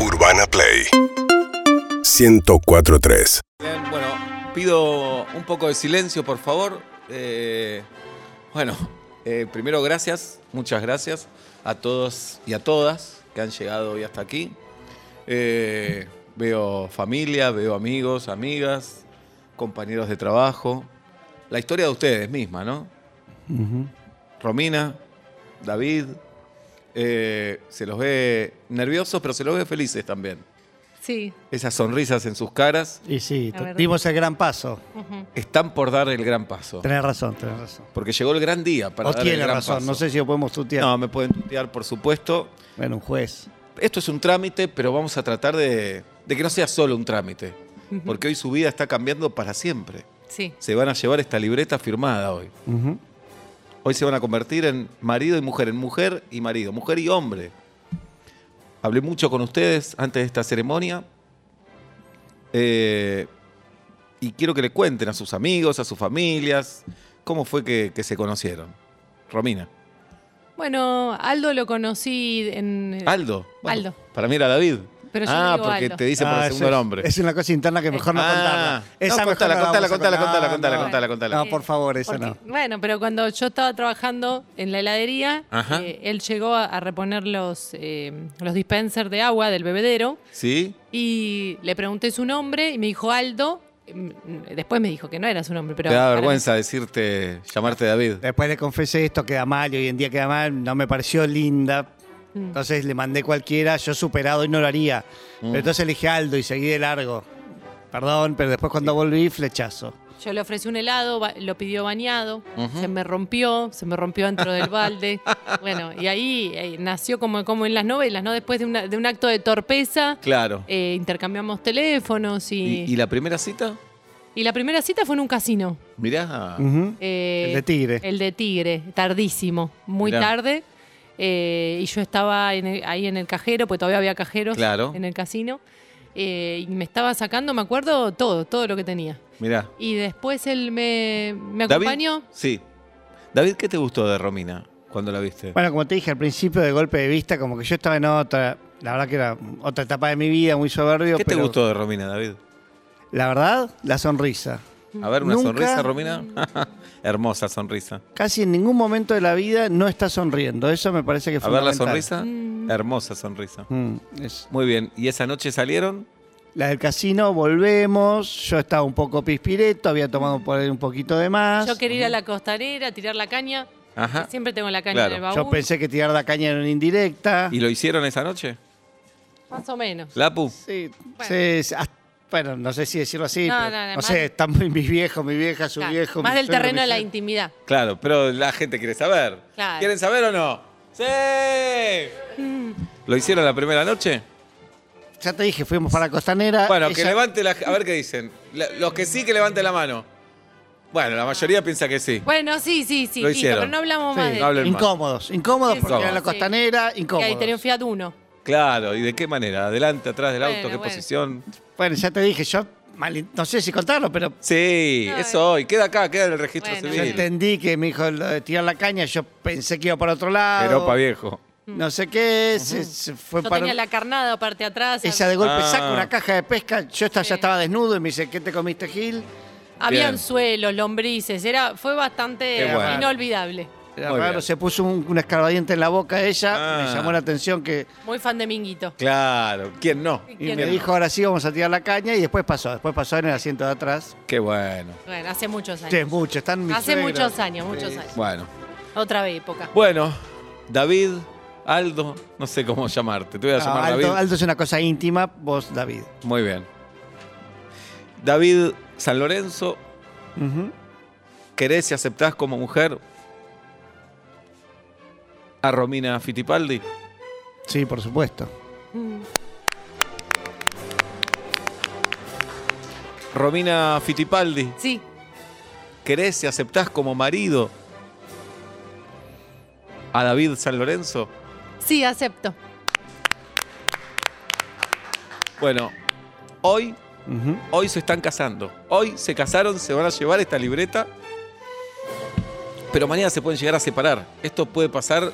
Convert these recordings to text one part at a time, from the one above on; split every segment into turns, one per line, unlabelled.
Urbana Play 1043.
Bien, bueno, pido un poco de silencio, por favor. Eh, bueno, eh, primero gracias, muchas gracias a todos y a todas que han llegado hoy hasta aquí. Eh, veo familia, veo amigos, amigas, compañeros de trabajo. La historia de ustedes misma, ¿no? Romina, David, eh, se los ve nerviosos, pero se los ve felices también.
Sí.
Esas sonrisas en sus caras
Y sí,
La
to-
verdad. Oh.
dimos el gran paso.
ujú.
están por dar el gran paso.
Tenés razón, tenés razón.
Porque llegó el gran día para
o
dar el
tiene
gran
razón,
paso.
no sé si lo podemos tutear.
No, me pueden tutear, por supuesto.
Bueno, un juez.
Esto es un trámite, pero vamos a tratar de, de que no sea solo un trámite. Porque hoy su vida está cambiando para siempre.
Sí.
Se van a llevar esta libreta firmada hoy. Hoy se van a convertir en marido y mujer, en mujer y marido, mujer y hombre. Hablé mucho con ustedes antes de esta ceremonia. Eh, y quiero que le cuenten a sus amigos, a sus familias, cómo fue que, que se conocieron. Romina.
Bueno, Aldo lo conocí en.
Aldo.
Aldo.
Para mí era David.
Pero yo
ah,
le digo
porque
Aldo.
te dice por
Ah,
el
eso
segundo
es-
nombre.
Es una cosa interna que mejor no
Ah,
contarla.
no,
Esa
contala,
mejor no la
contala,
vamos a
contala,
contar.
contala,
No,
contala,
no.
contala, contala.
No, por favor, esa
Porque-
no.
Bueno, pero cuando yo estaba trabajando en la heladería,
Ajá.
eh, él llegó a, a reponer los, eh, los dispensers de agua del bebedero
¿Sí?
y le pregunté su nombre y me dijo Aldo. Mm, Después me dijo que no era su nombre, pero.
te da
para mí-
vergüenza decirte, llamarte David.
Después le confesé esto, queda mal, y hoy en día queda mal, no me pareció linda.
Mm.
Entonces le mandé cualquiera, yo superado y no lo haría.
Mm.
Pero entonces le dije Aldo y seguí de largo. Perdón, pero después cuando volví, flechazo.
Yo le ofrecí un helado, ba- lo pidió bañado, se me rompió, se me rompió dentro del balde. Bueno, y ahí eh, nació como, como en las novelas, ¿no? Después de, una- de un acto de torpeza,
Claro.
eh, intercambiamos teléfonos
¿Y,
y,
y la primera cita?
y la primera cita fue en un casino.
Mirá.
Ujú.
Eh,
El de Tigre.
El de Tigre, tardísimo, muy
Mirá.
tarde. Eh, y yo estaba en el- ahí en el cajero, porque todavía había cajeros
Claro.
en el casino. eh, y me estaba sacando, me acuerdo, todo, todo lo que tenía.
Mirá.
Y después él me, me
¿David?
acompañó.
Sí. David, ¿qué te gustó de Romina cuando la viste?
Bueno, como te dije al principio, de golpe de vista, como que yo estaba en otra, la verdad que era otra etapa de mi vida, muy soberbio.
¿Qué te
pero
gustó de Romina, David?
La verdad, la sonrisa.
A ver, una
Nunca-
sonrisa, Romina. Hermosa sonrisa.
Casi en ningún momento de la vida no está sonriendo. Eso me parece que
A
fue.
ver la sonrisa. Hermosa sonrisa. Muy bien. ¿Y esa noche salieron?
La del casino, volvemos. Yo estaba un poco pispireto, había tomado por ahí un poquito de más.
Yo quería ir a la costanera, a tirar la caña.
Ajá.
Siempre tengo la caña
Claro.
en el baúl.
Yo pensé que tirar la caña era una indirecta.
¿Y lo hicieron esa noche?
Más o menos.
¿Lapu?
Sí,
Bueno.
sí, sí, ah, bueno, no sé si decirlo así.
No,
pero,
no, no,
o
más-
sea, están muy mis viejos, mi vieja, su
Claro.
viejo.
Más
mi
del
suegro,
terreno
mi
a la
suegra.
intimidad.
Claro, pero la gente quiere saber.
Claro.
¿Quieren saber o no? ¡Sí! ¿Lo hicieron la primera noche?
Ya te dije, fuimos para la costanera.
Bueno, que
Ah, ella-
levante la... A ver qué dicen. La- Los que sí, que levanten la mano. Bueno, la mayoría piensa que sí.
Bueno, sí, sí, sí.
Lo
listo,
hicieron.
pero no hablamos
Sí,
más de
no hablen más.
incómodos, incómodos
Sí,
porque
sí,
era la
sí.
costanera,
que ahí tenía un
incómodos.
Fiat Uno.
Claro, ¿y de qué manera? ¿Adelante, atrás del
Bueno,
auto? ¿Qué
bueno.
posición?
Bueno, ya te dije, yo mal- no sé si contarlo, pero
Sí,
No,
eso hoy. Queda acá, queda en el registro
Bueno,
yo
civil.
bueno.
entendí que me dijo lo de tirar la caña, yo pensé que iba para otro lado.
Peropa viejo.
no sé qué, se, se fue
Yo
para...
tenía la carnada parte de atrás.
Ella de golpe
Ah.
saca una caja de pesca, yo esta-
Sí.
ya estaba desnudo y me dice, ¿qué te comiste, Gil?
Habían
Bien.
suelos, lombrices. Era, fue
Qué
bastante
bueno.
inolvidable.
Era
Muy
raro,
bien.
se puso un, un escarbadiente en la boca ella,
Ah.
me llamó la atención que...
Muy fan de Minguito.
Claro, ¿quién no?
Y
Y
¿Quién
me
no?
dijo, ahora sí vamos a tirar la caña y después pasó, después pasó en el asiento de atrás.
Qué bueno.
Bueno, hace muchos
Sí, es
años.
mucho, están mis
Hace
suegros.
muchos años, muchos años.
Bueno.
Otra vez época.
Bueno, David, Aldo, no sé cómo llamarte. Te voy a
No,
llamar
Aldo,
David.
Aldo Ah, es una cosa íntima, vos, David.
Muy bien. David San Lorenzo,
Ujú.
¿querés y aceptás como mujer a Romina Fittipaldi?
Sí, por supuesto.
Romina Fittipaldi,
Sí,
¿querés y aceptás como marido a David San Lorenzo?
sí, acepto.
Bueno, hoy,
Ujú.
hoy se están casando. Hoy se casaron, se van a llevar esta libreta. Pero mañana se pueden llegar a separar. Esto puede pasar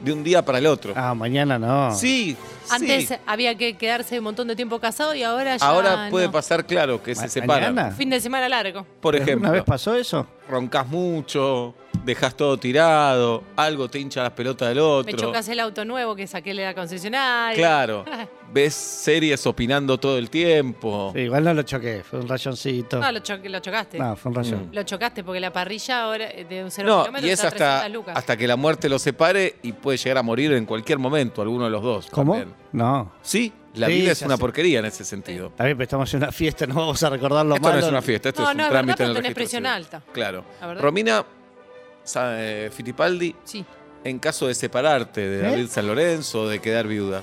de un día para el otro.
Ah, mañana no.
Sí,
Antes
sí.
había que quedarse un montón de tiempo casado y ahora ya.
Ahora puede
no.
pasar, claro, que se
Ma-
separan.
mañana.
Fin de semana largo.
Por
¿Una vez
ejemplo,
pasó eso?
roncas mucho, dejas todo tirado, algo te hincha las pelotas del
Me
otro.
chocas el auto nuevo que saqué de la concesionaria.
Claro. Ves series opinando todo el tiempo.
Sí, igual no lo choqué, fue un rayoncito.
No, lo, cho- lo chocaste.
No, fue un
Mm.
rayón.
Lo chocaste porque la parrilla ahora eh, de un cero
No,
kilómetro
y es
está a
hasta,
300 lucas.
hasta que la muerte los separe y puede llegar a morir en cualquier momento, alguno de los dos.
¿Cómo?
también.
No.
Sí, la
Sí,
vida es
ya
una
sé.
porquería en ese sentido.
También, pero estamos en una fiesta, no vamos a recordar lo
Esto no
malo.
es una fiesta, esto
No,
es un
no, es verdad,
trámite en
pero
el
tenés
registro
presión
civil.
alta.
Claro.
La verdad.
Romina sa- eh, Fittipaldi,
Sí.
en caso de separarte de
¿Eh?
David San Lorenzo o de quedar viuda,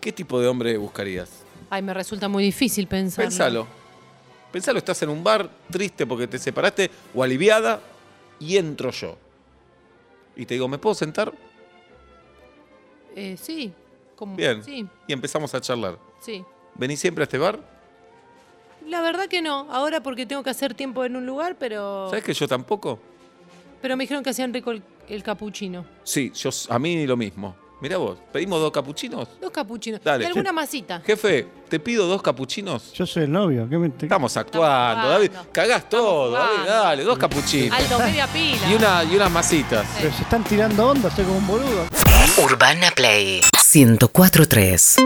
¿qué tipo de hombre buscarías?
Ay, me resulta muy difícil pensar.
Pensalo. Pensalo, estás en un bar triste porque te separaste o aliviada y entro yo. Y te digo, ¿me puedo sentar?
Eh, sí. Como,
Bien.
Sí,
Y empezamos a charlar.
sí.
¿Venís siempre a este bar?
La verdad que no. Ahora porque tengo que hacer tiempo en un lugar, pero.
¿Sabes que yo tampoco?
Pero me dijeron que hacían rico el, el capuchino.
Sí, yo, a mí lo mismo. Mirá vos, pedimos dos capuchinos.
Dos capuchinos.
Dale.
Y alguna masita.
Jefe, ¿te pido dos capuchinos?
Yo soy el novio. ¿qué me- te-
Estamos actuando, David.
jugando.
Cagás todo,
jugando.
David, dale, dos capuchinos.
Alto, media pila.
Y, una, y unas masitas.
Pero se están tirando onda, soy como un boludo.
Urbana Play 1043